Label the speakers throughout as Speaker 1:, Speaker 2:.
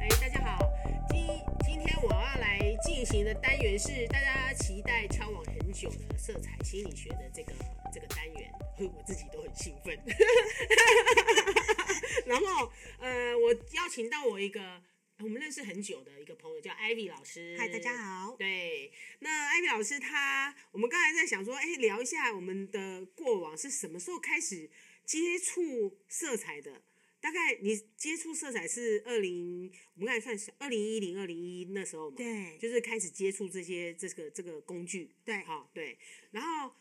Speaker 1: 哎我要来进行的单元是大家期待敲往很久的色彩心理学的这个这个单元， 我自己都很兴奋。 然后，呃，我邀请到我一个我们认识很久的一个朋友，叫 Ivy 老师。
Speaker 2: 嗨，大家。好。
Speaker 1: 对，那艾比老师他，我们刚才在想说，哎，聊一下我们的过往是什么时候开始接触色彩的？大概你接触色彩是二零，我们刚才算是二零一零、二零一那时候嘛，
Speaker 2: 对
Speaker 1: 就是开始接触这些这个这个工具，
Speaker 2: 对
Speaker 1: 好、对，然后。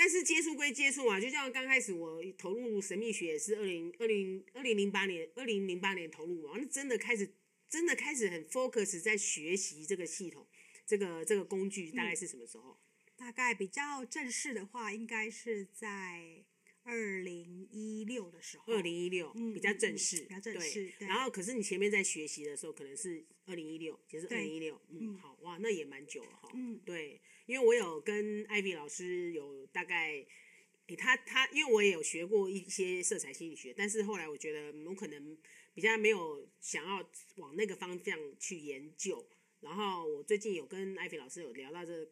Speaker 1: 但是接触归接触啊嘛，就像刚开始我投入神秘学也是二零二零二零零八年，二零零八年投入嘛，那真的开始真的开始很 focus 在学习这个系统，这个这个工具大概是什么时候？
Speaker 2: 嗯大概比较正式的话，应该是在二零一六的时候。
Speaker 1: 二零一六
Speaker 2: 嗯
Speaker 1: 比较正式，
Speaker 2: 嗯嗯比较正
Speaker 1: 对
Speaker 2: 式对
Speaker 1: 然后可是你前面在学习的时候，可能是二零一六，也是二
Speaker 2: 对
Speaker 1: 零一六，嗯，好哇，那也蛮久了哈。
Speaker 2: 嗯
Speaker 1: 对，因为我有跟艾比老师有大概。诶他他，因为我也有学过一些色彩心理学，但是后来我觉得嗯我可能比较没有想要往那个方向去研究。然后我最近有跟艾比老师有聊到这个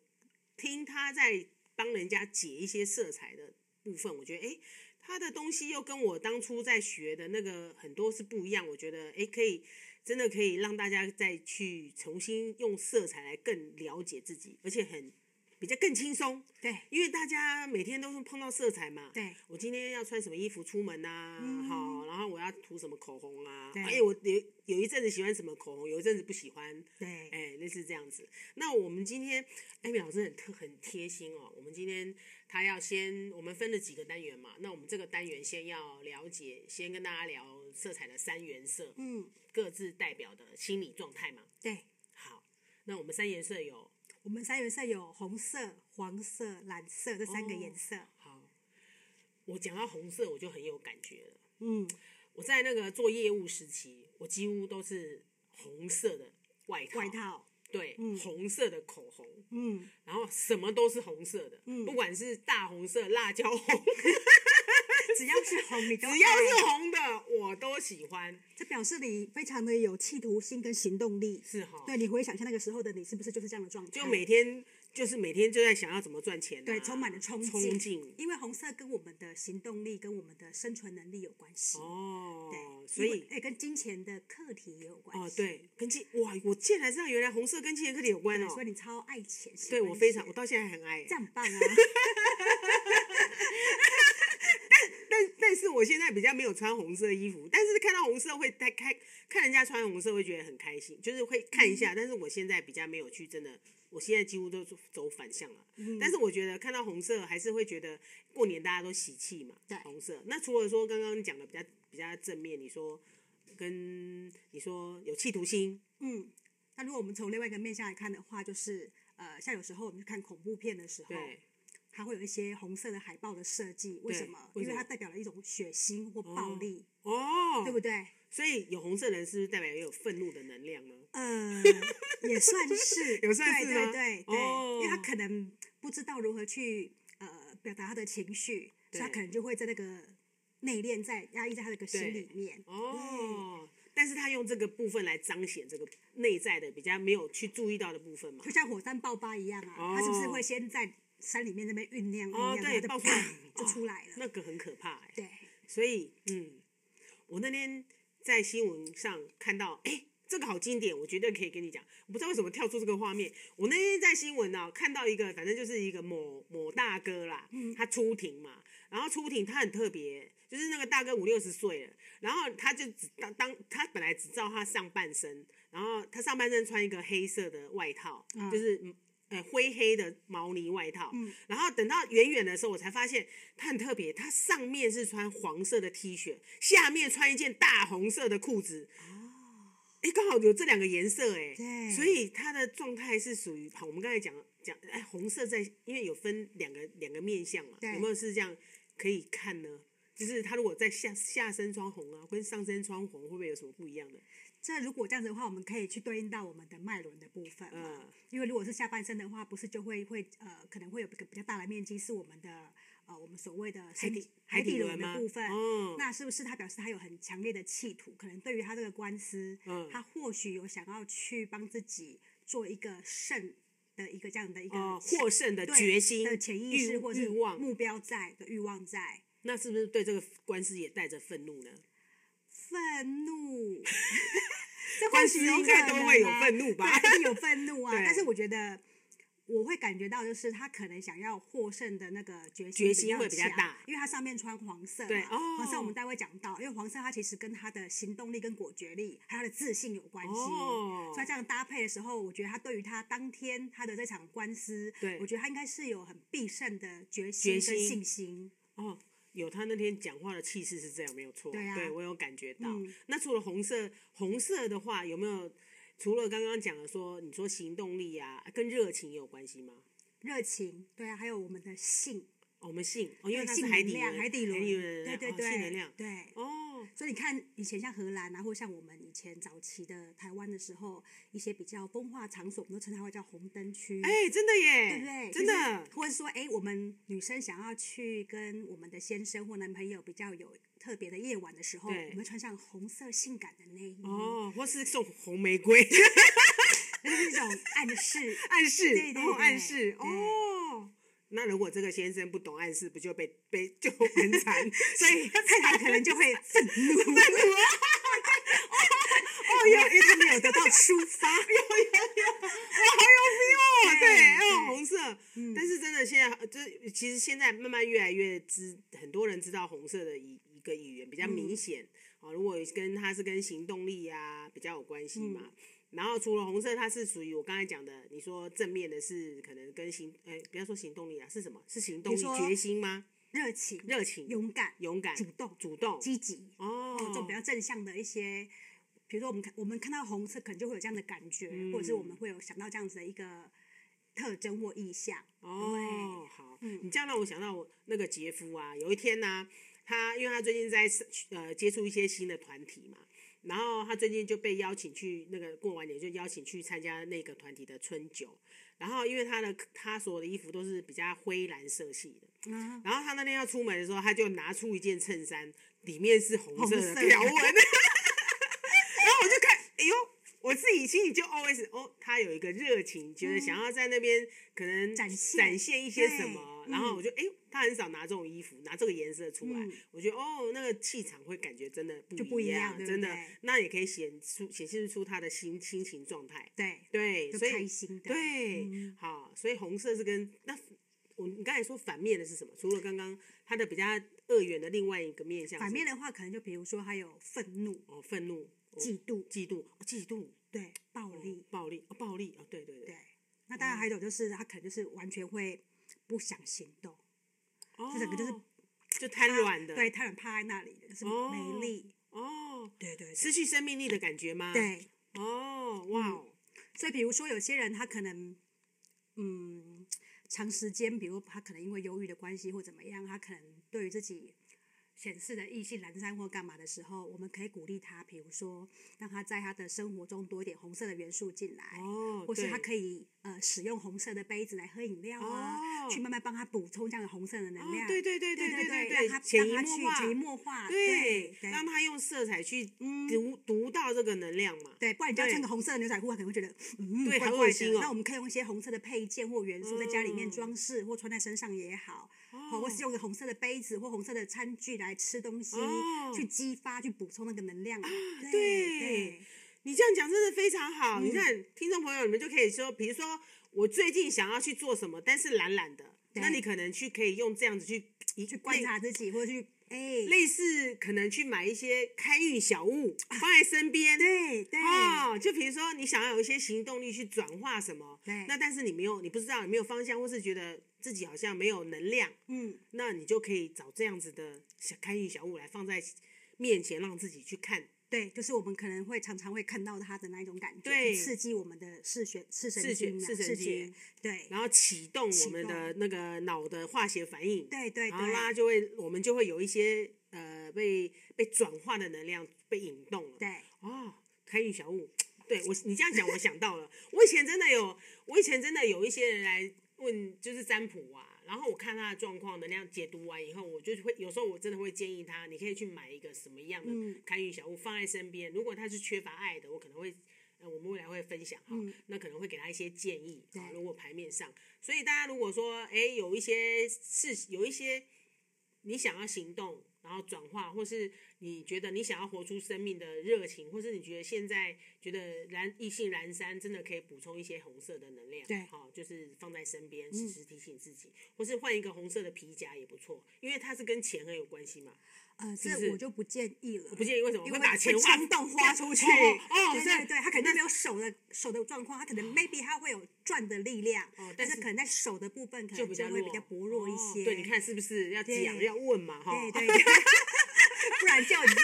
Speaker 1: 听他在帮人家解一些色彩的部分，我觉得诶，他的东西又跟我当初在学的那个很多是不一样，我觉得诶，可以真的可以让大家再去重新用色彩来更了解自己，而且很比较更轻松，
Speaker 2: 对
Speaker 1: 因为大家每天都是碰到色彩嘛，
Speaker 2: 对
Speaker 1: 我今天要穿什么衣服出门啊？
Speaker 2: 嗯
Speaker 1: 好，然后我要涂什么口红啊？
Speaker 2: 对
Speaker 1: 哎，我有有一阵子喜欢什么口红，有一阵子不喜欢，
Speaker 2: 对，
Speaker 1: 哎，类似这样子。那我们今天艾米老师很特很贴心哦，我们今天他要先我们分了几个单元嘛，那我们这个单元先要了解，先跟大家聊色彩的三原色
Speaker 2: 嗯，
Speaker 1: 各自代表的心理状态嘛。
Speaker 2: 对。
Speaker 1: 好，那我们三原色有
Speaker 2: 我们三原色有红色、黄色、蓝色这三个
Speaker 1: 哦
Speaker 2: 颜色。
Speaker 1: 好，我讲到红色我就很有感觉了。
Speaker 2: 嗯，
Speaker 1: 我在那个做业务时期，我几乎都是红色的外套，
Speaker 2: 外套。
Speaker 1: 对，
Speaker 2: 嗯
Speaker 1: 红色的口红，
Speaker 2: 嗯，
Speaker 1: 然后什么都是红色的，
Speaker 2: 嗯
Speaker 1: 不管是大红色、辣椒红，
Speaker 2: 只要是红，你
Speaker 1: 只
Speaker 2: 都
Speaker 1: 要
Speaker 2: 爱
Speaker 1: 是红的我都喜欢，
Speaker 2: 这表示你非常的有企图心跟行动力。
Speaker 1: 是哈？
Speaker 2: 对，你回想一下那个时候的你，是不是就是这样的状态？
Speaker 1: 就每天就是每天就在想要怎么赚钱、啊，
Speaker 2: 对，充满了
Speaker 1: 冲
Speaker 2: 冲劲，
Speaker 1: 劲
Speaker 2: 因为红色跟我们的行动力跟我们的生存能力有关系。
Speaker 1: 哦，
Speaker 2: 对，
Speaker 1: 所
Speaker 2: 因为
Speaker 1: 以。
Speaker 2: 哎，跟金钱的课题也有关
Speaker 1: 哦，
Speaker 2: 系。
Speaker 1: 对，跟金哇，我竟然知道原来红色跟金钱课题有关哦
Speaker 2: 对，。所以你超爱钱。喜
Speaker 1: 对
Speaker 2: 欢
Speaker 1: 我非常，
Speaker 2: 钱
Speaker 1: 我到现在还很爱。
Speaker 2: 这样很 棒啊！
Speaker 1: 但但是我现在比较没有穿红色衣服，但是看到红色会太开，看人家穿红色会觉得很开心，就是会看一下。
Speaker 2: 嗯
Speaker 1: 但是我现在比较没有去，真的，我现在几乎都走走反向了。
Speaker 2: 嗯
Speaker 1: 但是我觉得看到红色还是会觉得过年大家都喜气嘛，
Speaker 2: 对
Speaker 1: 红色。那除了说刚刚讲的比较比较正面，你说跟你说有企图心，
Speaker 2: 嗯，那如果我们从另外一个面向来看的话，就是呃，像有时候我们去看恐怖片的时候，
Speaker 1: 对，
Speaker 2: 它会有一些红色的海报的设计，为
Speaker 1: 对
Speaker 2: 什么？
Speaker 1: 为
Speaker 2: 因
Speaker 1: 什
Speaker 2: 为它
Speaker 1: 么
Speaker 2: 代表了一种血腥或暴
Speaker 1: 哦
Speaker 2: 力，
Speaker 1: 哦，
Speaker 2: 对 不对？
Speaker 1: 所以有红色的人是不是代表也有愤怒的能量呢？，
Speaker 2: 呃，也算是
Speaker 1: 有算是
Speaker 2: 对
Speaker 1: 吗
Speaker 2: 对对对，因为他
Speaker 1: 哦
Speaker 2: 可能不知道如何去呃表达他的情绪，所以他
Speaker 1: 对
Speaker 2: 可能就会在那个内敛在压抑在他这个心里面。嗯
Speaker 1: 哦，但是他用这个部分来彰显这个内在的比较没有去注意到的部分嘛
Speaker 2: 就。像火山爆发一样啊，他是不是
Speaker 1: 哦
Speaker 2: 会先在山里面那边酝酿
Speaker 1: 哦
Speaker 2: 酝酿，然
Speaker 1: 对
Speaker 2: 后就
Speaker 1: 爆 哦出来
Speaker 2: 砰就出来了？
Speaker 1: 那个很可怕、欸，
Speaker 2: 对，
Speaker 1: 所以嗯，我那天在新闻上看到，哎、这个好经典，我绝对可以跟你讲。我不知道为什么跳出这个画面，我那天在新闻啊看到一个，反正就是一个某某大哥啦，他出庭嘛，然后出庭他很特别，就是那个大哥五六十岁了，然后他就只当当他本来只照他上半身，然后他上半身穿一个黑色的外套，
Speaker 2: 嗯
Speaker 1: 就是嗯呃灰黑的毛呢外套，
Speaker 2: 嗯
Speaker 1: 然后等到远远的时候，我才发现他很特别，他上面是穿黄色的 T 恤，下面穿一件大红色的裤子。哎，刚好有这两个颜色，哎，
Speaker 2: 哦对
Speaker 1: 所以他的状态是属于好，我们刚才讲讲，哎，红色在，因为有分两个两个面相嘛，
Speaker 2: 对
Speaker 1: 有没有是这样可以看呢？就是他如果在下下身穿红啊，跟上身穿红，会不会有什么不一样的？
Speaker 2: 这如果这样子的话，我们可以去对应到我们的脉轮的部分嘛。
Speaker 1: 嗯
Speaker 2: 因为如果是下半身的话，不是就会会呃，可能会有一个比较大的面积是我们的呃，我们所谓的
Speaker 1: 海底
Speaker 2: 身体海底轮
Speaker 1: 吗
Speaker 2: 的部分。
Speaker 1: 哦，
Speaker 2: 那是不是他表示他有很强烈的企图？可能对于他这个官司，
Speaker 1: 嗯
Speaker 2: 他或许有想要去帮自己做一个胜的一个这样的一个
Speaker 1: 哦，获胜的
Speaker 2: 对
Speaker 1: 决心
Speaker 2: 的潜意识
Speaker 1: 欲
Speaker 2: 或是嗯
Speaker 1: 欲望
Speaker 2: 目标在的欲望在，
Speaker 1: 那是不是对这个官司也带着愤怒 呢？
Speaker 2: 愤怒，这
Speaker 1: 官
Speaker 2: 或
Speaker 1: 司
Speaker 2: 许有
Speaker 1: 应
Speaker 2: 可
Speaker 1: 该都会有
Speaker 2: 能啊
Speaker 1: 愤怒吧？
Speaker 2: 对，一定有愤怒啊
Speaker 1: 对。
Speaker 2: 但是我觉得我会感觉到，就是他可能想要获胜的那个决心
Speaker 1: 决心
Speaker 2: 较
Speaker 1: 会比较
Speaker 2: 强
Speaker 1: 大
Speaker 2: 因为他上面穿黄色嘛。
Speaker 1: 对
Speaker 2: 黄色
Speaker 1: 哦
Speaker 2: 我们待会讲到，因为黄色它其实跟他的行动力、跟果决力还有他的自信有关系。
Speaker 1: 哦
Speaker 2: 所以这样搭配的时候，我觉得他对于他当天他的这场官司，
Speaker 1: 对
Speaker 2: 我觉得他应该是有很必胜的决
Speaker 1: 决
Speaker 2: 心跟
Speaker 1: 心
Speaker 2: 信心。
Speaker 1: 哦， 有他那天讲话的气势是这样，没有错。
Speaker 2: 对啊
Speaker 1: 我有感觉到。
Speaker 2: 嗯
Speaker 1: 那除了红色，红色的话有没有？除了刚刚讲的说，你说行动力啊，跟热情有关系吗？
Speaker 2: 热情，对啊，还有我们的性，
Speaker 1: 哦我们性，哦，因为
Speaker 2: 对
Speaker 1: 它是
Speaker 2: 性
Speaker 1: 海
Speaker 2: 能
Speaker 1: 底
Speaker 2: 量
Speaker 1: 人
Speaker 2: 海底轮，
Speaker 1: 人
Speaker 2: 对对
Speaker 1: 哦
Speaker 2: 对，
Speaker 1: 性能量。
Speaker 2: 对，
Speaker 1: 哦，
Speaker 2: 所以你看，以前像荷兰啊，或像我们以前早期的台湾的时候，一些比较风化场所，我们都称它会叫红灯区，
Speaker 1: 哎、真的耶，
Speaker 2: 嗯对不对？
Speaker 1: 真的
Speaker 2: 就是，或者说，哎，我们女生想要去跟我们的先生或男朋友比较有特别的夜晚的时候，我
Speaker 1: 对
Speaker 2: 们会穿上红色性感的内衣，
Speaker 1: 哦，或是送红玫瑰
Speaker 2: 就是一种暗 示。
Speaker 1: 暗示，
Speaker 2: 对对
Speaker 1: 然后暗
Speaker 2: 对嗯
Speaker 1: 示，
Speaker 2: 对
Speaker 1: 哦。那如果这个先生不懂暗示，不就被被就很 惨？ 所以太太可能就会愤怒，愤怒啊！
Speaker 2: 哦，因为因为他没有得到抒发，
Speaker 1: 哦，
Speaker 2: 对
Speaker 1: 对，哦，
Speaker 2: 对
Speaker 1: 红色。但是真的，现在呃这其实现在慢慢越来越知，很多人知道红色的一一个语言比较明显啊、哦如果跟它是跟行动力啊比较有关系嘛。然后除了红色，它是属于我刚才讲的，你说正面的是可能跟行，哎，不要说行动力啊，是什么？是行动力、
Speaker 2: 你说
Speaker 1: 决心吗？
Speaker 2: 热情、
Speaker 1: 热情、
Speaker 2: 勇敢、
Speaker 1: 勇敢、
Speaker 2: 主动、
Speaker 1: 主动。
Speaker 2: 积极，
Speaker 1: 哦，
Speaker 2: 这种比较正向的一些，比如说我们看我们看到红色，可能就会有这样的感觉，或者是我
Speaker 1: 嗯
Speaker 2: 们会有想到这样子的一个特征或意象。
Speaker 1: 哦，好，你这样让我想到我那个杰夫啊，有一天呢、他因为他最近在呃接触一些新的团体嘛，然后他最近就被邀请去那个过完年就邀请去参加那个团体的春酒，然后因为他的他所有的衣服都是比较灰蓝色系的，
Speaker 2: 对，啊，
Speaker 1: 然后他那天要出门的时候，他就拿出一件衬衫，里面是红色的
Speaker 2: 红色的
Speaker 1: 条 纹，然后我就看，哎呦，我自己心里就 always 哦，他有一个热情，觉得想要在那边可能
Speaker 2: 嗯展现
Speaker 1: 展现一些什么，
Speaker 2: 对
Speaker 1: 然后我就哎呦，他很少拿这种衣服，拿这个颜色出来，
Speaker 2: 嗯
Speaker 1: 我觉得哦，那个气场会感觉真的不
Speaker 2: 就不一样
Speaker 1: 样，
Speaker 2: 对不
Speaker 1: 真的
Speaker 2: 对，
Speaker 1: 那也可以显出显示出他的心心情状态，
Speaker 2: 对，
Speaker 1: 对，
Speaker 2: 就
Speaker 1: 所以
Speaker 2: 开心嗯的，
Speaker 1: 对，好，所以红色是跟那我你刚才说反面的是什么？除了刚刚它的比较二元的另外一个面向是，
Speaker 2: 反面的话，可能就比如说还有愤怒、
Speaker 1: 哦，愤怒、哦
Speaker 2: 嫉妒，
Speaker 1: 嫉妒、哦嫉妒、
Speaker 2: 对，暴
Speaker 1: 哦嗯
Speaker 2: 力，
Speaker 1: 暴力、哦暴力哦，对对对，
Speaker 2: 对。那当然还有一种就是他可能就是完全会不想行动，
Speaker 1: 哦
Speaker 2: 这整个就是
Speaker 1: 就瘫软的，
Speaker 2: 对，他很趴在那里，就是
Speaker 1: 哦
Speaker 2: 没力，
Speaker 1: 哦，
Speaker 2: 对对
Speaker 1: 失去生命力的感觉吗？，
Speaker 2: 对。嗯
Speaker 1: 哦，哇哦，
Speaker 2: 所以，比如说有些人他可能，嗯，长时间，比如他可能因为忧郁的关系或怎么样，他可能对于自己显示的意兴阑珊或干嘛的时候，我们可以鼓励他，比如说让他在他的生活中多一点红色的元素进来，
Speaker 1: 哦，
Speaker 2: 或是
Speaker 1: 对
Speaker 2: 他可以呃使用红色的杯子来喝饮料啊，
Speaker 1: 哦
Speaker 2: 去慢慢帮他补充这样的红色的能量。
Speaker 1: 哦，对对对
Speaker 2: 对
Speaker 1: 对
Speaker 2: 对
Speaker 1: 对，
Speaker 2: 让他
Speaker 1: 潜
Speaker 2: 让
Speaker 1: 移
Speaker 2: 他
Speaker 1: 默
Speaker 2: 去
Speaker 1: 化，
Speaker 2: 潜移默化，
Speaker 1: 对
Speaker 2: 对，
Speaker 1: 让他用色彩去
Speaker 2: 嗯
Speaker 1: 读读到这个能量嘛，
Speaker 2: 对，不然你就要
Speaker 1: 对
Speaker 2: 穿个红色的牛仔裤，他可能会觉得嗯
Speaker 1: 对
Speaker 2: 怪
Speaker 1: 好
Speaker 2: 怪
Speaker 1: 恶心
Speaker 2: 的。
Speaker 1: 哦
Speaker 2: 那我们可以用一些红色的配件或元素在家里面
Speaker 1: 嗯哦
Speaker 2: 装饰，或穿在身上也好，好，或是用个红色的杯子或红色的餐具来吃东西，
Speaker 1: 哦啊
Speaker 2: 去激发、去补充那个能量。啊对
Speaker 1: 对
Speaker 2: 对
Speaker 1: 你这样讲真的非常
Speaker 2: 嗯
Speaker 1: 好。你看，听众朋友，你们就可以说，比如说我最近想要去做什么，但是懒懒的，
Speaker 2: 对
Speaker 1: 那你可能去可以用这样子去
Speaker 2: 去观察自己，或者去哎，
Speaker 1: 类，类似可能去买一些开运小物放在身边。
Speaker 2: 啊对对
Speaker 1: 哦，就比如说你想要有一些行动力去转化什么，
Speaker 2: 对
Speaker 1: 那但是你没有，你不知道，你没有方向，或是觉得自己好像没有能量，
Speaker 2: 嗯，
Speaker 1: 那你就可以找这样子的小开运小物来放在面前，让自己去看
Speaker 2: 对，就是我们可能会常常会看到它的那一种感觉，
Speaker 1: 对
Speaker 2: 去刺激我们的视觉、视神
Speaker 1: 视觉
Speaker 2: 经啊、
Speaker 1: 视神
Speaker 2: 视觉
Speaker 1: 经，
Speaker 2: 对
Speaker 1: 然后启动我
Speaker 2: 启
Speaker 1: 们的
Speaker 2: 动
Speaker 1: 那个脑的化学反应，
Speaker 2: 对对
Speaker 1: 然后啦
Speaker 2: 对
Speaker 1: 就会我们就会有一些呃被被转化的能量被引动了。
Speaker 2: 对，
Speaker 1: 哦，开运小物，对我你这样讲我想到了，我以前真的有，我以前真的有一些人来问就是占卜啊，然后我看他的状况能量解读完以后，我就会有时候我真的会建议他，你可以去买一个什么样的
Speaker 2: 嗯
Speaker 1: 开运小物放在身边，如果他是缺乏爱的，我可能会。呃，我们未来会分享哈、
Speaker 2: 嗯
Speaker 1: 那可能会给他一些建议
Speaker 2: 对
Speaker 1: 啊。如果牌面上，所以大家如果说哎有一些事，有一些你想要行动，然后转化，或是你觉得你想要活出生命的热情，或是你觉得现在觉得燃异性燃山真的可以补充一些红色的能量，
Speaker 2: 对嗯
Speaker 1: 好、就是放在身边，时时提醒自己，或是换一个红色的皮夹也不错，因为它是跟钱很有关系嘛。
Speaker 2: 呃，
Speaker 1: 不
Speaker 2: 这
Speaker 1: 是
Speaker 2: 我就不建议了，
Speaker 1: 不建议为什么
Speaker 2: 因
Speaker 1: 会
Speaker 2: 为
Speaker 1: 把钱
Speaker 2: 会
Speaker 1: 花
Speaker 2: 冲动花出去。
Speaker 1: 哦哦
Speaker 2: 对
Speaker 1: 所以
Speaker 2: 对对，他可能没有手的手的状况，他可能 maybe 他会有赚的力量，
Speaker 1: 哦但
Speaker 2: 但
Speaker 1: 是
Speaker 2: 可能在手的部分可
Speaker 1: 就
Speaker 2: 能
Speaker 1: 比较
Speaker 2: 会比较薄弱一
Speaker 1: 哦
Speaker 2: 些。
Speaker 1: 对，你，看是不是要讲
Speaker 2: 对
Speaker 1: 要问嘛哈？
Speaker 2: 对对 对，不然就你知道，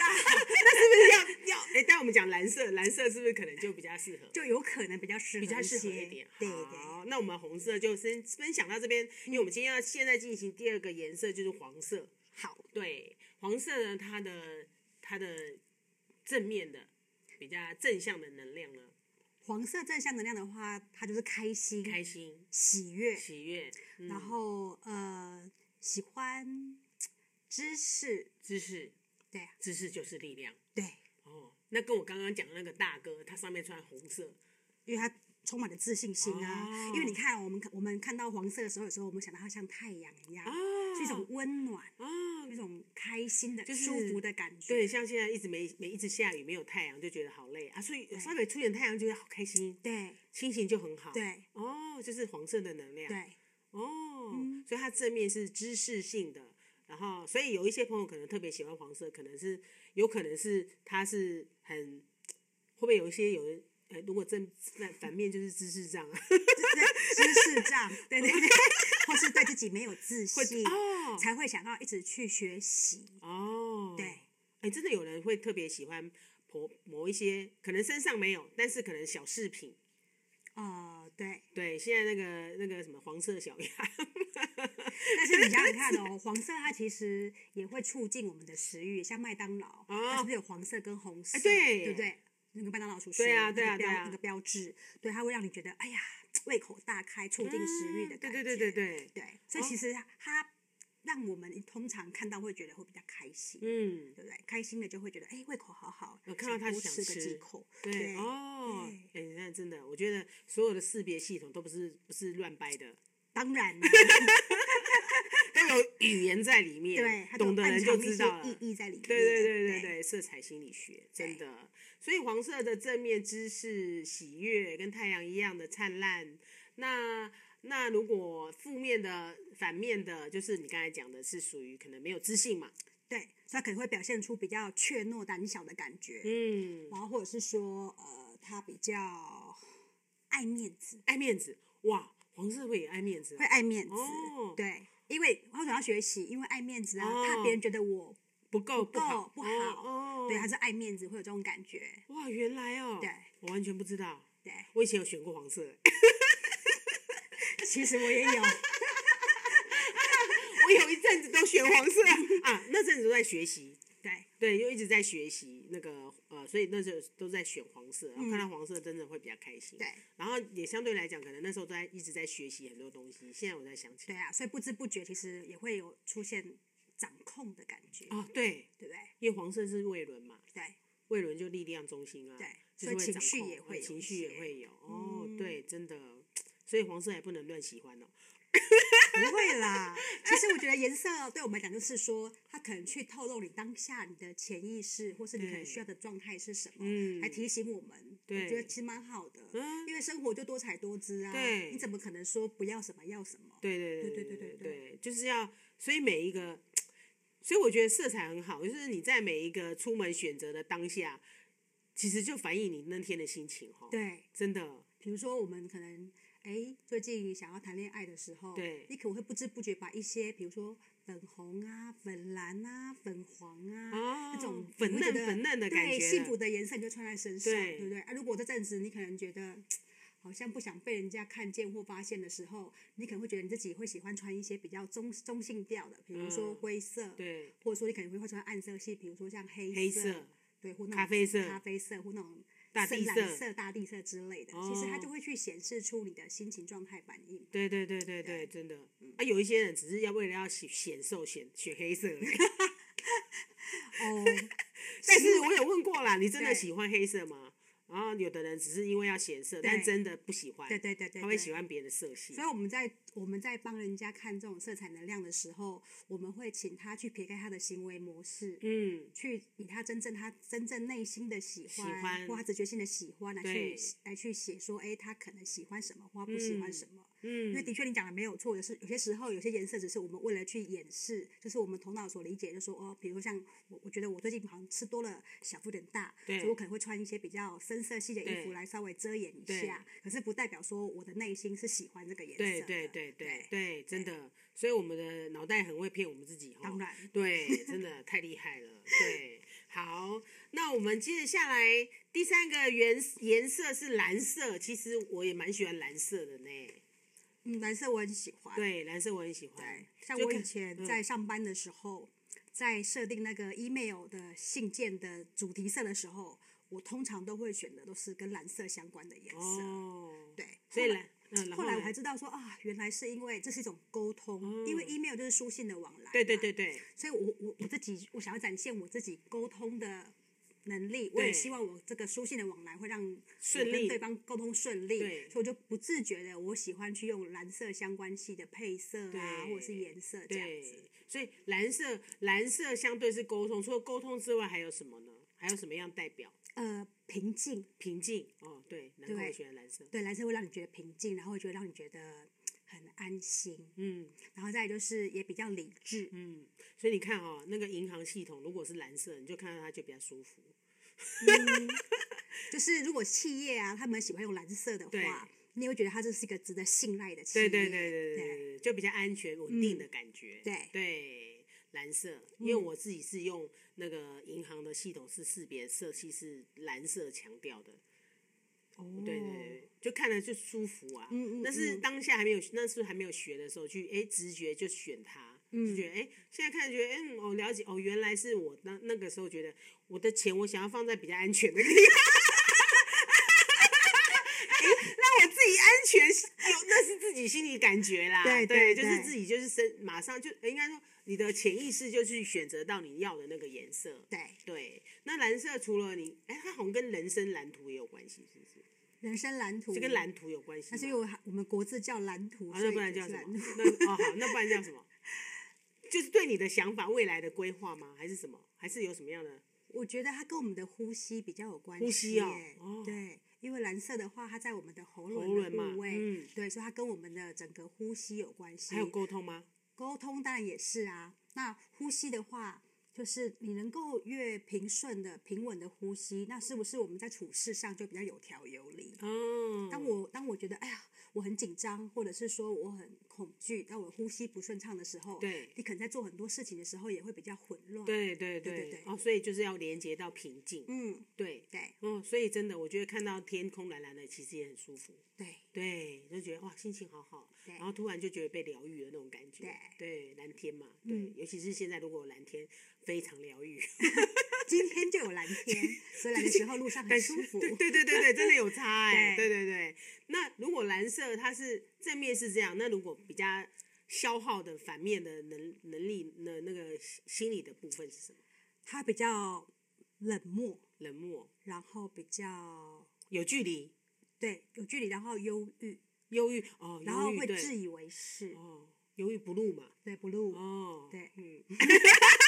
Speaker 1: 那是不是要要？哎，但我们讲蓝色，蓝色是不是可能就比较适合？
Speaker 2: 就有可能比较适合
Speaker 1: 比较适合
Speaker 2: 些
Speaker 1: 一点，
Speaker 2: 对对，
Speaker 1: 好，那我们红色就先分享到这边，因为我们今天要现在进行第二个颜色就是黄色。
Speaker 2: 好，
Speaker 1: 对，黄色呢，它的它的正面的比较正向的能量呢，
Speaker 2: 黄色正向能量的话，它就是开心、
Speaker 1: 开心、
Speaker 2: 喜悦，
Speaker 1: 喜悦，嗯、
Speaker 2: 然后呃，喜欢知识，
Speaker 1: 知识，
Speaker 2: 对啊
Speaker 1: 知识就是力量。
Speaker 2: 对，
Speaker 1: 哦，那跟我刚刚讲的那个大哥，他上面穿红色，
Speaker 2: 因为它充满了自信心啊。因为
Speaker 1: 哦
Speaker 2: 你看，我们看我们看到黄色的时候，有时候我们想到它像太阳一样，
Speaker 1: 啊
Speaker 2: 是一种温暖，
Speaker 1: 啊，
Speaker 2: 一种开心的、
Speaker 1: 就是
Speaker 2: 舒服的感觉。
Speaker 1: 对，像现在一直没没一直下雨，没有太阳，就觉得好累啊。所以稍微出点太阳，觉得好开心，
Speaker 2: 对
Speaker 1: 心情就很好。，
Speaker 2: 对
Speaker 1: 哦，就是黄色的能量。，
Speaker 2: 对
Speaker 1: 哦，
Speaker 2: 嗯
Speaker 1: 所以它正面是知识性的，然后所以有一些朋友可能特别喜欢黄色，可能是有可能是他是很会不会有一些有人呃，如果正反反面就是知识障啊，
Speaker 2: 对，知识 障，对对对，或是对自己没有自
Speaker 1: 会
Speaker 2: 信，
Speaker 1: 哦
Speaker 2: 才会想要一直去学习。
Speaker 1: 哦，
Speaker 2: 对，
Speaker 1: 哎，真的有人会特别喜欢某某一些，可能身上没有，但是可能小饰品。
Speaker 2: 呃，对。
Speaker 1: 对，现在那个那个什么黄色小鸭，
Speaker 2: 但是你想想看哦，黄色它其实也会促进我们的食欲，像麦当劳，它是不是有黄色跟红色？
Speaker 1: 哎对
Speaker 2: 对不对？那个麦当劳叔叔，
Speaker 1: 对啊
Speaker 2: 那个
Speaker 1: 对啊
Speaker 2: 标
Speaker 1: 对啊
Speaker 2: 那个标志，对，它会让你觉得哎呀，胃口大开，促进食欲的
Speaker 1: 嗯对
Speaker 2: 感
Speaker 1: 对
Speaker 2: 觉。
Speaker 1: 对对对，
Speaker 2: 对，所以
Speaker 1: 哦
Speaker 2: 其实它让我们通常看到会觉得会比较开心，
Speaker 1: 嗯，
Speaker 2: 对不对？开心的就会觉得哎，胃口好好，
Speaker 1: 我看到它
Speaker 2: 多
Speaker 1: 想
Speaker 2: 吃个
Speaker 1: 吃
Speaker 2: 几口，
Speaker 1: 对
Speaker 2: 对
Speaker 1: 哦，哎、
Speaker 2: 对
Speaker 1: 那真的，我觉得所有的识别系统都不是不是乱掰的，
Speaker 2: 当然 了，
Speaker 1: 都有语言在里面，
Speaker 2: 对，它都
Speaker 1: 懂的
Speaker 2: 暗
Speaker 1: 人就
Speaker 2: 藏一
Speaker 1: 知
Speaker 2: 些
Speaker 1: 道了。
Speaker 2: 意义在里面。
Speaker 1: 对对对对
Speaker 2: 对
Speaker 1: 对，色彩心理学真
Speaker 2: 对
Speaker 1: 的，所以黄色的正面知识、喜悦跟太阳一样的灿烂。那那如果负面的、反面的，就是你刚才讲的是属于可能没有自信嘛，
Speaker 2: 对，所以它可能会表现出比较怯懦、胆小的感觉。
Speaker 1: 嗯，
Speaker 2: 然后或者是说，呃，他比较爱面子，
Speaker 1: 爱面子，哇，黄色会也爱面子
Speaker 2: 会
Speaker 1: 啊、
Speaker 2: 爱面子，
Speaker 1: 哦
Speaker 2: 对，因为为什么要学习？因为爱面子啊，
Speaker 1: 哦
Speaker 2: 怕别人觉得我，
Speaker 1: 不够
Speaker 2: 不
Speaker 1: 好
Speaker 2: 够不
Speaker 1: 哦
Speaker 2: 好
Speaker 1: 哦，
Speaker 2: 对，他是爱面子，会有这种感觉，
Speaker 1: 哇，原来哦，
Speaker 2: 对，
Speaker 1: 我完全不知道，
Speaker 2: 对，
Speaker 1: 我以前有选过黄色，
Speaker 2: 其实我也有，
Speaker 1: 我有一阵子都选黄色 啊，那阵子都在学习，
Speaker 2: 对，
Speaker 1: 对，就一直在学习那个呃，所以那时候都在选黄色，然后看到黄色真的会比较开心。
Speaker 2: 对，
Speaker 1: 然后也相对来讲，可能那时候都在一直在学习很多东西。现在我在想起
Speaker 2: 对
Speaker 1: 来，
Speaker 2: 啊，所以不知不觉其实也会有出现掌控的感觉，
Speaker 1: 哦，对，
Speaker 2: 对不对？
Speaker 1: 因为黄色是胃轮嘛，
Speaker 2: 对，
Speaker 1: 胃轮就力量中心啊，
Speaker 2: 对
Speaker 1: 就是
Speaker 2: 所
Speaker 1: 会
Speaker 2: 以
Speaker 1: 掌
Speaker 2: 情绪
Speaker 1: 控
Speaker 2: 也会
Speaker 1: 呃
Speaker 2: 有
Speaker 1: 情
Speaker 2: 一
Speaker 1: 绪也
Speaker 2: 些嗯
Speaker 1: 会有哦，对，真的，所以黄色也不能乱喜欢哦。
Speaker 2: 不会啦。其实我觉得颜色对我们来讲，就是说它可能去透露你当下你的潜意识，或是你可能
Speaker 1: 对
Speaker 2: 需要的状态是什么，
Speaker 1: 嗯
Speaker 2: 来提醒我们。
Speaker 1: 对
Speaker 2: 我觉得其实蛮好的，
Speaker 1: 嗯
Speaker 2: 因为生活就多彩多姿啊。
Speaker 1: 对
Speaker 2: 你怎么可能说不要什么要什么？
Speaker 1: 对对对
Speaker 2: 对
Speaker 1: 对
Speaker 2: 对
Speaker 1: 对
Speaker 2: 对对
Speaker 1: 对，就是要，所以每一个，所以我觉得色彩很好，就是你在每一个出门选择的当下，其实就反映你那天的心情哈。，
Speaker 2: 对，
Speaker 1: 真的，
Speaker 2: 比如说我们可能哎最近想要谈恋爱的时候，
Speaker 1: 对
Speaker 2: 你可能会不知不觉把一些比如说粉红啊、粉蓝啊、粉黄啊。
Speaker 1: 哦
Speaker 2: 那种
Speaker 1: 粉
Speaker 2: 你会觉
Speaker 1: 嫩
Speaker 2: 得
Speaker 1: 粉嫩的感
Speaker 2: 对
Speaker 1: 觉
Speaker 2: 幸
Speaker 1: 了
Speaker 2: 福的颜色你就穿在身上，
Speaker 1: 对
Speaker 2: 对不对？啊，如果这阵子你可能觉得好像不想被人家看见或发现的时候，你可能会觉得你自己会喜欢穿一些比较中中性调的，比如说
Speaker 1: 嗯
Speaker 2: 灰色，
Speaker 1: 对，
Speaker 2: 或者说你可能会穿暗色系，比如说像黑
Speaker 1: 黑色
Speaker 2: 色，对，或那种
Speaker 1: 咖啡色
Speaker 2: 咖啡色或那种。
Speaker 1: 大地
Speaker 2: 深蓝
Speaker 1: 色哦
Speaker 2: 色、大地色之类的，其实它就会去显示出你的心情状态反应。
Speaker 1: 对对对对对，真的。啊，有一些人只是要为了要显显瘦显选黑色而 已，哦
Speaker 2: 哦，
Speaker 1: 但是我有问过啦，你真的
Speaker 2: 对
Speaker 1: 喜欢黑色吗？然后有的人只是因为要显色，
Speaker 2: 对
Speaker 1: 但真的不喜欢，
Speaker 2: 对对对对，
Speaker 1: 他会
Speaker 2: 对
Speaker 1: 喜欢别的色系
Speaker 2: 所。以我们在我们在帮人家看这种色彩能量的时候，我们会请他去撇开他的行为模式，
Speaker 1: 嗯，
Speaker 2: 去以他真正他真正内心的喜欢
Speaker 1: 喜欢
Speaker 2: 或他直觉性的喜欢来去
Speaker 1: 对
Speaker 2: 来去写说，哎，他可能喜欢什么或不喜欢什么。因为
Speaker 1: 嗯，
Speaker 2: 的确你讲的没有错，有时有些时候有些颜色只是我们为了去掩饰，就是我们头脑所理解，就说哦，比如说像我，我觉得我最近好像吃多了，小腹有点大，
Speaker 1: 对
Speaker 2: 所以我可能会穿一些比较深色系的衣服
Speaker 1: 对
Speaker 2: 来稍微遮掩一
Speaker 1: 对
Speaker 2: 下，可是不代表说我的内心是喜欢这个颜色
Speaker 1: 对
Speaker 2: 的。
Speaker 1: 对对对
Speaker 2: 对，
Speaker 1: 对，真的，所以我们的脑袋很会骗我们自己哈。
Speaker 2: 当然。
Speaker 1: 对，真 的太厉害了。对，好，那我们接着下来第三个颜颜色是蓝色，其实我也蛮喜欢蓝色的呢。
Speaker 2: 嗯，蓝色我很喜欢。
Speaker 1: 对，蓝色我很喜欢
Speaker 2: 对。，像
Speaker 1: 就
Speaker 2: 我以
Speaker 1: 看
Speaker 2: 前
Speaker 1: 嗯
Speaker 2: 在上班的时候，在设定那个 email 的信件的主题色的时候，我通常都会选的都是跟蓝色相关的颜色。
Speaker 1: 哦，
Speaker 2: 对，
Speaker 1: 所以
Speaker 2: 后来
Speaker 1: 蓝，嗯，然
Speaker 2: 后来我还
Speaker 1: 呢
Speaker 2: 知道说啊，原来是因为这是一种沟通，因为
Speaker 1: 嗯
Speaker 2: email 就是书信的往来。
Speaker 1: 对对，对 对，
Speaker 2: 所以我我我自己我想要展现我自己沟通的。能力，我也
Speaker 1: 对
Speaker 2: 希望我这个书信的往来会让我
Speaker 1: 顺
Speaker 2: 跟
Speaker 1: 利
Speaker 2: 对方沟通顺利，
Speaker 1: 对
Speaker 2: 所以我就不自觉的，我喜欢去用蓝色相关系的配色啊，或者是
Speaker 1: 对
Speaker 2: 颜色这样子。
Speaker 1: 对，所以蓝色蓝色相对是沟通，除了沟通之外还有什么呢？还有什么样代表？
Speaker 2: 呃平静，
Speaker 1: 平静哦，对，难怪
Speaker 2: 对
Speaker 1: 我喜欢蓝色。
Speaker 2: 对，蓝色会让你觉得平静，然后会觉得让你觉得很安心，
Speaker 1: 嗯
Speaker 2: 然后再来就是也比较理智。
Speaker 1: 嗯，所以你看哦，那个银行系统如果是蓝色，你就看到它就比较舒服。
Speaker 2: 嗯就是如果企业啊，他们喜欢用蓝色的
Speaker 1: 对
Speaker 2: 话，你会觉得它这是一个值得信赖的企
Speaker 1: 对
Speaker 2: 业。
Speaker 1: 对对对对嗯
Speaker 2: 对
Speaker 1: 对，就比较安全稳定的感觉。
Speaker 2: 对
Speaker 1: 对，蓝色，因为我自己是用那个银行的系统是识别色系是蓝色强调的，
Speaker 2: 哦
Speaker 1: 对对对，就看了就舒服啊。
Speaker 2: 嗯嗯
Speaker 1: 但是
Speaker 2: 嗯
Speaker 1: 当下还没有，那时候还没有学的时候，去哎直觉就选它，
Speaker 2: 嗯
Speaker 1: 就觉得哎现在看觉得嗯哦了解哦原来是我那那个时候觉得我的钱我想要放在比较安全的地方。让我自己安全，有那是自己心里感觉啦。
Speaker 2: 对
Speaker 1: 对
Speaker 2: 对对
Speaker 1: 就是自己就是身马上就应该说你的潜意识就去选择到你要的那个颜色。
Speaker 2: 对
Speaker 1: 对，那蓝色除了你，哎，它好像跟人生蓝图也有关系，是不是？
Speaker 2: 人生蓝图
Speaker 1: 就跟，蓝图有关系吗。
Speaker 2: 但是因为我我们国字叫蓝图，
Speaker 1: 啊，
Speaker 2: 所
Speaker 1: 那
Speaker 2: 以
Speaker 1: 不然
Speaker 2: 就
Speaker 1: 叫
Speaker 2: 是
Speaker 1: 什
Speaker 2: 蓝
Speaker 1: 么
Speaker 2: 图？
Speaker 1: 那哦好，那不然叫什么？就是对你的想法、未来的规划吗？还是什么？还是有什么样的？
Speaker 2: 我觉得它跟我们的呼吸比较有关系耶。
Speaker 1: 呼吸哦哦
Speaker 2: 对，因为蓝色的话，它在我们的喉
Speaker 1: 喉
Speaker 2: 咙
Speaker 1: 轮
Speaker 2: 的
Speaker 1: 嘛
Speaker 2: 部位，
Speaker 1: 嗯
Speaker 2: 对，所以它跟我们的整个呼吸有关系。
Speaker 1: 还有沟通吗？
Speaker 2: 沟通当然也是啊。那呼吸的话，就是你能够越平顺的、平稳的呼吸，那是不是我们在处事上就比较有条有理？
Speaker 1: 哦，
Speaker 2: 当我当我觉得哎呀，我很紧张，或者是说我很恐惧，当我呼吸不顺畅的时候，
Speaker 1: 对
Speaker 2: 你可能在做很多事情的时候也会比较混乱。，
Speaker 1: 对对
Speaker 2: 对对对
Speaker 1: 哦，所以就是要连接到平静。
Speaker 2: 嗯，
Speaker 1: 对，
Speaker 2: 对
Speaker 1: 嗯，所以真的，我觉得看到天空蓝蓝的，其实也很舒服。
Speaker 2: 对
Speaker 1: 对，就觉得哇，心情好好，
Speaker 2: 对
Speaker 1: 然后突然就觉得被疗愈的那种感觉。对，蓝天嘛，对，
Speaker 2: 嗯
Speaker 1: 尤其是现在如果有蓝天，非常疗愈。
Speaker 2: 今天就有蓝 天，所以来的时候路上很舒服。
Speaker 1: 对对对对，真的有差哎、
Speaker 2: 对
Speaker 1: 对对对，那如果蓝色它是正面是这样，那如果比较消耗的反面的能能力那那个心心理的部分是什么？
Speaker 2: 他比较冷漠，
Speaker 1: 冷漠、
Speaker 2: 然后比较
Speaker 1: 有距离、
Speaker 2: 对有距离，然后忧郁，
Speaker 1: 忧郁哦，
Speaker 2: 然后
Speaker 1: 忧郁
Speaker 2: 会
Speaker 1: 对
Speaker 2: 自以为是，
Speaker 1: 哦，忧郁不露嘛。
Speaker 2: 对 blue，、
Speaker 1: 哦，
Speaker 2: 对
Speaker 1: 嗯，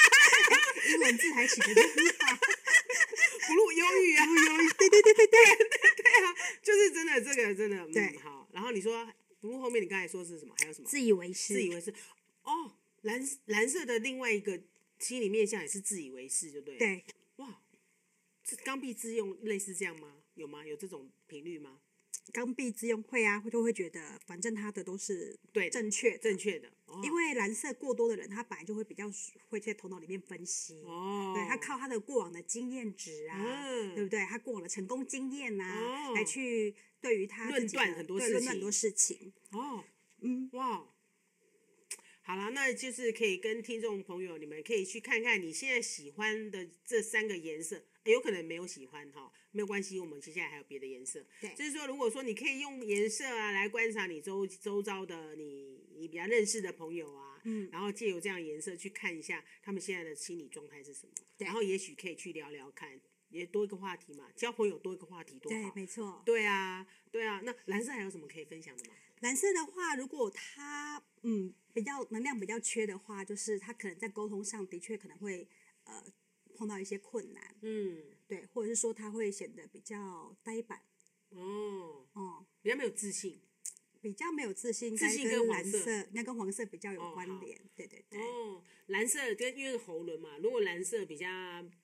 Speaker 2: 英文字还起的很好，
Speaker 1: 不露忧郁啊，
Speaker 2: 忧郁，对对对 对对，
Speaker 1: 就是真的，这个真的，
Speaker 2: 对
Speaker 1: 嗯，好。然后你说不露后面，你刚才说是什么？还有什么？
Speaker 2: 自以为是，
Speaker 1: 自以为是。哦，蓝蓝色的另外一个心理面向也是自以为是，就对。。
Speaker 2: 对，
Speaker 1: 哇，这刚愎自用类似这样吗？有吗？有这种频率吗？
Speaker 2: 刚愎自用会啊，就会觉得反正他的都是
Speaker 1: 对的
Speaker 2: 正确
Speaker 1: 正
Speaker 2: 确，
Speaker 1: 确的，哦、
Speaker 2: 因为蓝色过多的人，他本来就会比较会在头脑里面分析，
Speaker 1: 哦，
Speaker 2: 对他靠他的过往的经验值啊，
Speaker 1: 嗯
Speaker 2: 对不对？他过往的成功经验啊，
Speaker 1: 哦
Speaker 2: 来去对于他
Speaker 1: 论
Speaker 2: 自己
Speaker 1: 断
Speaker 2: 的
Speaker 1: 很多
Speaker 2: 对
Speaker 1: 事
Speaker 2: 论断
Speaker 1: 情
Speaker 2: 很多事情。
Speaker 1: 哦，
Speaker 2: 嗯，
Speaker 1: 哇，好啦，那就是可以跟听众朋友，你们可以去看看你现在喜欢的这三个颜色，呃有可能没有喜欢哈，没有关系，我们接下来还有别的颜色。
Speaker 2: 对
Speaker 1: 就是说，如果说你可以用颜色啊来观察你周周遭的你你比较认识的朋友啊，嗯，然后借由这样颜色去看一下他们现在的心理状态是什么，
Speaker 2: 对
Speaker 1: 然后也许可以去聊聊看。也多一个话题嘛，交朋友多一个话题多
Speaker 2: 对，
Speaker 1: 好。
Speaker 2: 没错。
Speaker 1: 对啊，对啊。那蓝色还有什么可以分享的吗？
Speaker 2: 蓝色的话，如果他嗯比较能量比较缺的话，就是他可能在沟通上的确可能会呃碰到一些困难，
Speaker 1: 嗯，
Speaker 2: 对，或者是说他会显得比较呆板，
Speaker 1: 哦，
Speaker 2: 哦、
Speaker 1: 比较没有自信。
Speaker 2: 比较没有自信，应
Speaker 1: 自
Speaker 2: 该
Speaker 1: 信跟
Speaker 2: 跟
Speaker 1: 黄
Speaker 2: 蓝
Speaker 1: 色
Speaker 2: 色，那跟黄色比较
Speaker 1: 哦
Speaker 2: 有关
Speaker 1: 好
Speaker 2: 联，对对对，
Speaker 1: 哦，蓝色跟因为喉轮嘛，如果蓝色比较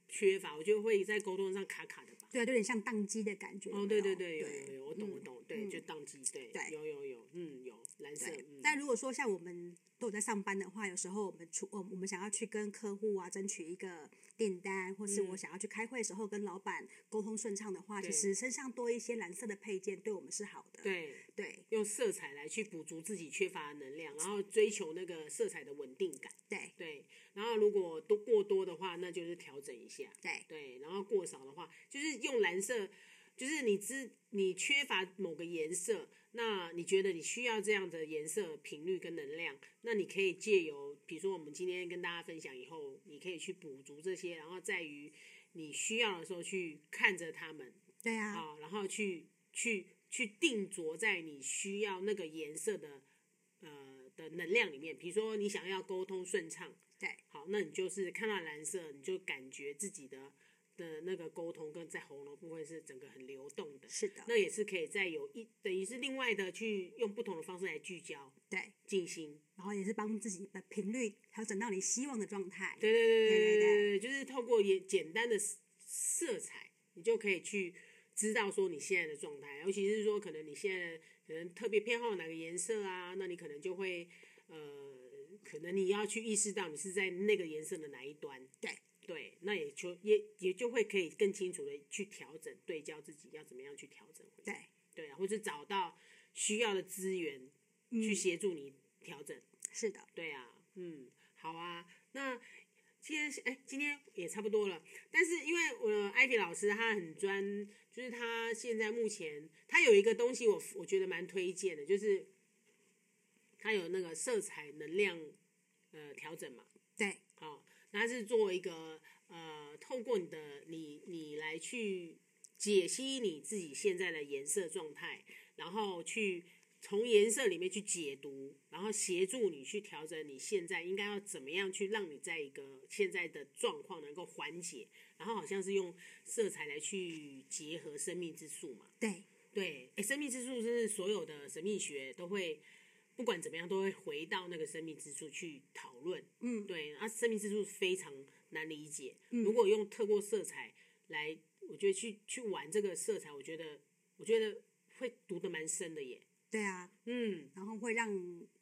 Speaker 1: 缺乏，我觉得会在沟通上卡卡的吧。
Speaker 2: 对，有点像宕机的感觉。
Speaker 1: 哦，
Speaker 2: 有
Speaker 1: 对
Speaker 2: 没
Speaker 1: 对
Speaker 2: 有
Speaker 1: 对，有有
Speaker 2: 嗯对
Speaker 1: 有，我懂我懂，对，
Speaker 2: 嗯
Speaker 1: 就宕机，对，
Speaker 2: 对
Speaker 1: 有有有，嗯，有蓝色，
Speaker 2: 对
Speaker 1: 嗯，
Speaker 2: 但如果说像我们都有在上班的话，有时候我们出我我们想要去跟客户啊争取一个订单，或是我想要去开会的时候跟老板沟通顺畅的话，
Speaker 1: 嗯对
Speaker 2: 其实身上多一些蓝色的配件对我们是好的。
Speaker 1: 对，
Speaker 2: 对
Speaker 1: 用色彩来去补足自己缺乏的能量，然后追求那个色彩的稳定感，
Speaker 2: 对
Speaker 1: 对，然后如果多过多的话，那就是调整一下，
Speaker 2: 对
Speaker 1: 对，然后过少的话，就是用蓝色，就是你知你缺乏某个颜色，那你觉得你需要这样的颜色频率跟能量，那你可以借由，比如说我们今天跟大家分享以后，你可以去补足这些，然后在于你需要的时候去看着他们
Speaker 2: 对啊，
Speaker 1: 啊，然后去去去定着在你需要那个颜色的呃的能量里面，比如说你想要沟通顺畅。
Speaker 2: 对
Speaker 1: 好，那你就是看到蓝色，你就感觉自己的的那个沟通跟在喉咙部分是整个很流动的，
Speaker 2: 是的，
Speaker 1: 那也是可以再有一等于是另外的去用不同的方式来聚焦
Speaker 2: 对，
Speaker 1: 静心。
Speaker 2: 然后也是帮自己的频率调整到你希望的状态。
Speaker 1: 对对对对对
Speaker 2: 对
Speaker 1: 对，
Speaker 2: 对
Speaker 1: 就是透过也简单的色色彩，你就可以去知道说你现在的状态，尤其是说可能你现在可能特别偏好哪个颜色啊，那你可能就会呃，可能你要去意识到你是在那个颜色的哪一端。
Speaker 2: 对
Speaker 1: 对，那也就也也就会可以更清楚的去调整对焦自己要怎么样去调整回来。
Speaker 2: 对，
Speaker 1: 对啊，或是找到需要的资源去
Speaker 2: 嗯，
Speaker 1: 协助你调整。
Speaker 2: 是的，
Speaker 1: 对啊，嗯，好啊，那。今天是哎，今天也差不多了。但是因为呃，艾比老师他很专，就是他现在目前他有一个东西我，我觉得蛮推荐的，就是他有那个色彩能量呃调整嘛，
Speaker 2: 对
Speaker 1: 好、哦那它是做一个呃，透过你的你你来去解析你自己现在的颜色状态，然后去从颜色里面去解读，然后协助你去调整你现在应该要怎么样去让你在一个现在的状况能够缓解，然后好像是用色彩来去结合生命之树嘛。
Speaker 2: 对
Speaker 1: 对，哎，生命之树是所有的神秘学都会，不管怎么样都会回到那个生命之树去讨论。
Speaker 2: 嗯
Speaker 1: 对，啊，生命之树非常难理解。如果用透过色彩来，我觉得去去玩这个色彩，我觉得我觉得会读的蛮深的耶。
Speaker 2: 对啊，
Speaker 1: 嗯，
Speaker 2: 然后会让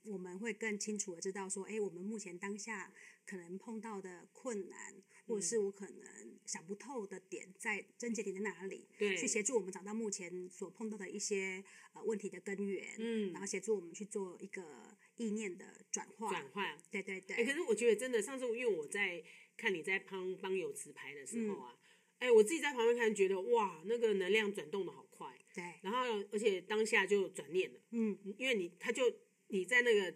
Speaker 2: 我们会更清楚的知道说，哎，我们目前当下可能碰到的困难，或者是
Speaker 1: 嗯
Speaker 2: 我可能想不透的点在症结点在哪里，
Speaker 1: 对，
Speaker 2: 去协助我们找到目前所碰到的一些呃问题的根源，
Speaker 1: 嗯
Speaker 2: 然后协助我们去做一个意念的转化，
Speaker 1: 转换。
Speaker 2: 对对对，
Speaker 1: 哎、可是我觉得真的，上次因为我在看你在帮帮友持牌的时候啊，哎、我自己在旁边看，觉得哇，那个能量转动的好快，
Speaker 2: 对，
Speaker 1: 然后而且当下就转念了。
Speaker 2: 嗯，
Speaker 1: 因为你他就你在那个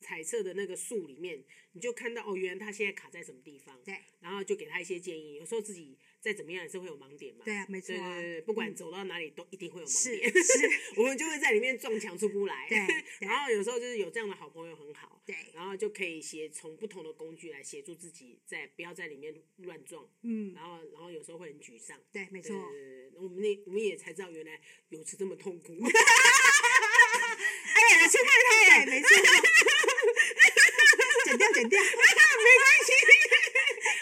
Speaker 1: 彩色的那个树里面，你就看到哦，原来他现在卡在什么地方，
Speaker 2: 对
Speaker 1: 然后就给他一些建议。有时候自己再怎么样也是会有盲点嘛，
Speaker 2: 对啊，没错
Speaker 1: 对
Speaker 2: 啊，
Speaker 1: 对对，不管走到哪里都一定会有盲
Speaker 2: 是
Speaker 1: 点，
Speaker 2: 是，
Speaker 1: 我们就会在里面撞墙出不来。
Speaker 2: 对对
Speaker 1: 然后有时候就是有这样的好朋友很好，
Speaker 2: 对，
Speaker 1: 然后就可以协从不同的工具来协助自己在不要在里面乱撞，
Speaker 2: 嗯，
Speaker 1: 然后然后有时候会很沮丧。
Speaker 2: 对，没
Speaker 1: 对
Speaker 2: 错，
Speaker 1: 对对，我们那我们也才知道原来泳池这么痛 苦。
Speaker 2: 哎呀，去看看，对， 没错，剪掉剪 掉，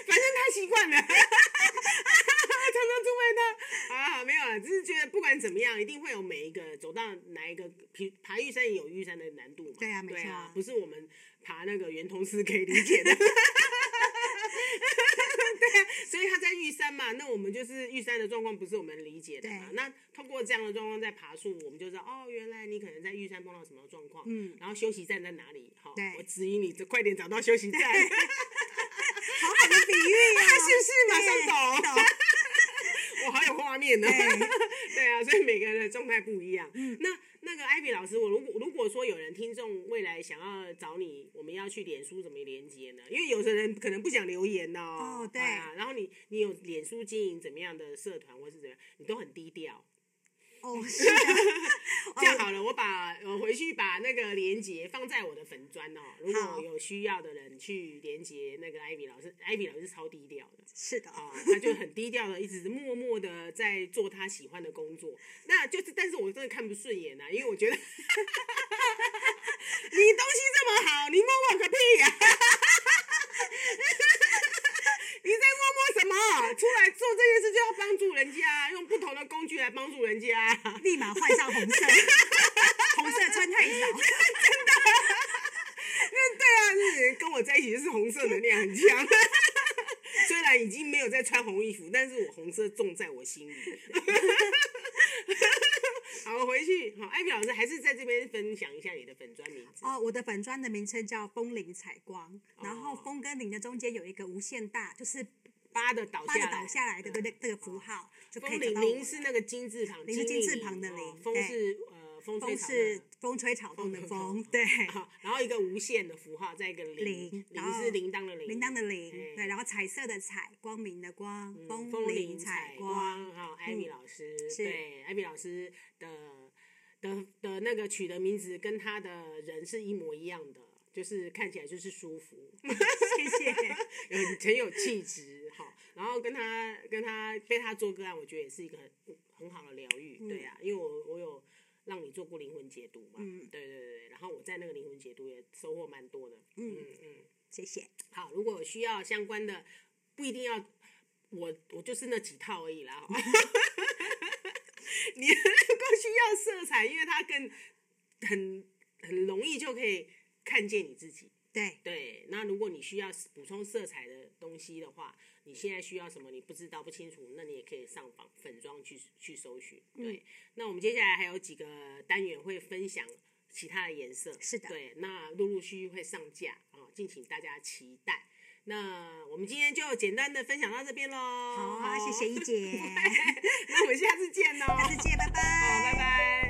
Speaker 1: 反正他习惯了，常 常出外套啊，没有啊，只是觉得不管怎么样，一定会有每一个走到哪一个爬爬玉山也有玉山的难度嘛。
Speaker 2: 对啊没错啊
Speaker 1: 啊，不是我们爬那个圆通寺可以理解的。 对啊，啊所以他在玉山嘛，那我们就是玉山的状况不是我们理解的嘛。
Speaker 2: 对
Speaker 1: 那通过这样的状况在爬树，我们就知道哦，原来你可能在玉山碰到什么状况，
Speaker 2: 嗯，
Speaker 1: 然后休息站在哪里？好
Speaker 2: 对，
Speaker 1: 我指引你，快点找到休息站。
Speaker 2: 好好的比喻啊，
Speaker 1: 是不是马上
Speaker 2: 对
Speaker 1: 懂
Speaker 2: 懂，
Speaker 1: 我好有画面呢、
Speaker 2: 对嗯
Speaker 1: 对啊，所以每个人的状态不一样。那那个艾比老师，我如果如果说有人听众未来想要找你，我们要去脸书怎么连接呢？因为有的人可能不想留言哦。
Speaker 2: 哦对
Speaker 1: 啊，然后你你有脸书经营怎么样的社团或是怎么样，你都很低调。
Speaker 2: 哦， 是
Speaker 1: 啊
Speaker 2: 的，
Speaker 1: 这
Speaker 2: 哎
Speaker 1: 样好了，我把我回去把那个连接放在我的粉砖哦，如果
Speaker 2: 好
Speaker 1: 有需要的人去连接那个艾比老师，艾比老师超低调的。
Speaker 2: 是的，
Speaker 1: 啊、他就很低调的，一直默默的在做他喜欢的工作。那就是，但是我真的看不顺眼呐、啊因为我觉得 你东西这么好，你摸摸个屁呀、 你在摸摸什么？出来做这件事就要帮助人家，用不同的工具来帮助人家。啊
Speaker 2: 立马换上红色， 红色穿太少，
Speaker 1: 对啊，是跟我在一起就是红色能量很强。 虽然已经没有在穿红衣服，但是我红色重在我心里。 好，我回去。好，艾比老师还是在这边分享一下你的粉专名字。
Speaker 2: 哦，我的本专的名称叫风铃采光，然后
Speaker 1: 哦
Speaker 2: 风跟铃的中间有一个无限大，就是
Speaker 1: 八的倒
Speaker 2: 八
Speaker 1: 下
Speaker 2: 个
Speaker 1: 来，
Speaker 2: 倒下来的这个这个符
Speaker 1: 哦
Speaker 2: 号，就可以
Speaker 1: 风
Speaker 2: 找
Speaker 1: 铃
Speaker 2: 到我
Speaker 1: 铃
Speaker 2: 了
Speaker 1: 是那个金字旁，
Speaker 2: 铃是金字旁的
Speaker 1: 铃
Speaker 2: 铃
Speaker 1: 哦，风
Speaker 2: 对
Speaker 1: 是呃风吹
Speaker 2: 风
Speaker 1: 草
Speaker 2: 是
Speaker 1: 的
Speaker 2: 风吹草动的
Speaker 1: 风吹草哦
Speaker 2: 风，
Speaker 1: 动
Speaker 2: 对，
Speaker 1: 好，然后一个无限的符号，再一个
Speaker 2: 铃
Speaker 1: 铃，
Speaker 2: 然后
Speaker 1: 是铃铛的铃，
Speaker 2: 铃铛的铃，
Speaker 1: 哎
Speaker 2: 对，然后彩色的彩，光明的光，
Speaker 1: 嗯风
Speaker 2: 铃
Speaker 1: 铃
Speaker 2: 采
Speaker 1: 采
Speaker 2: 光，
Speaker 1: 光嗯哈，艾米老师、
Speaker 2: 是
Speaker 1: 对艾米老师的的的那个取的名字跟他的人是一模一样的，就是看起来就是舒服，
Speaker 2: 谢谢。
Speaker 1: 有很有气质哈。然后跟他跟他被他做个案，我觉得也是一个很很好的疗愈，对啊，因为我我有让你做过灵魂解读嘛，
Speaker 2: 嗯
Speaker 1: 对对对，然后我在那个灵魂解读也收获蛮多的，嗯嗯。
Speaker 2: 谢谢，
Speaker 1: 好，如果有需要相关的，不一定要我，我就是那几套而已啦。 你如果需要色彩，因为它更很很容易就可以看见你自己。
Speaker 2: 对，
Speaker 1: 对，那如果你需要补充色彩的东西的话，你现在需要什么？你不知道不清楚，那你也可以上榜粉妆去去搜寻。
Speaker 2: 嗯
Speaker 1: 对，那我们接下来还有几个单元会分享其他的颜色，
Speaker 2: 是的
Speaker 1: 对，那陆陆续续会上架啊，敬请大家期待。那我们今天就简单的分享到这边喽。
Speaker 2: 好
Speaker 1: 好
Speaker 2: 啊，谢谢一姐，
Speaker 1: 那我们下次见喽，
Speaker 2: 下次见，拜拜，
Speaker 1: 哦好，拜拜。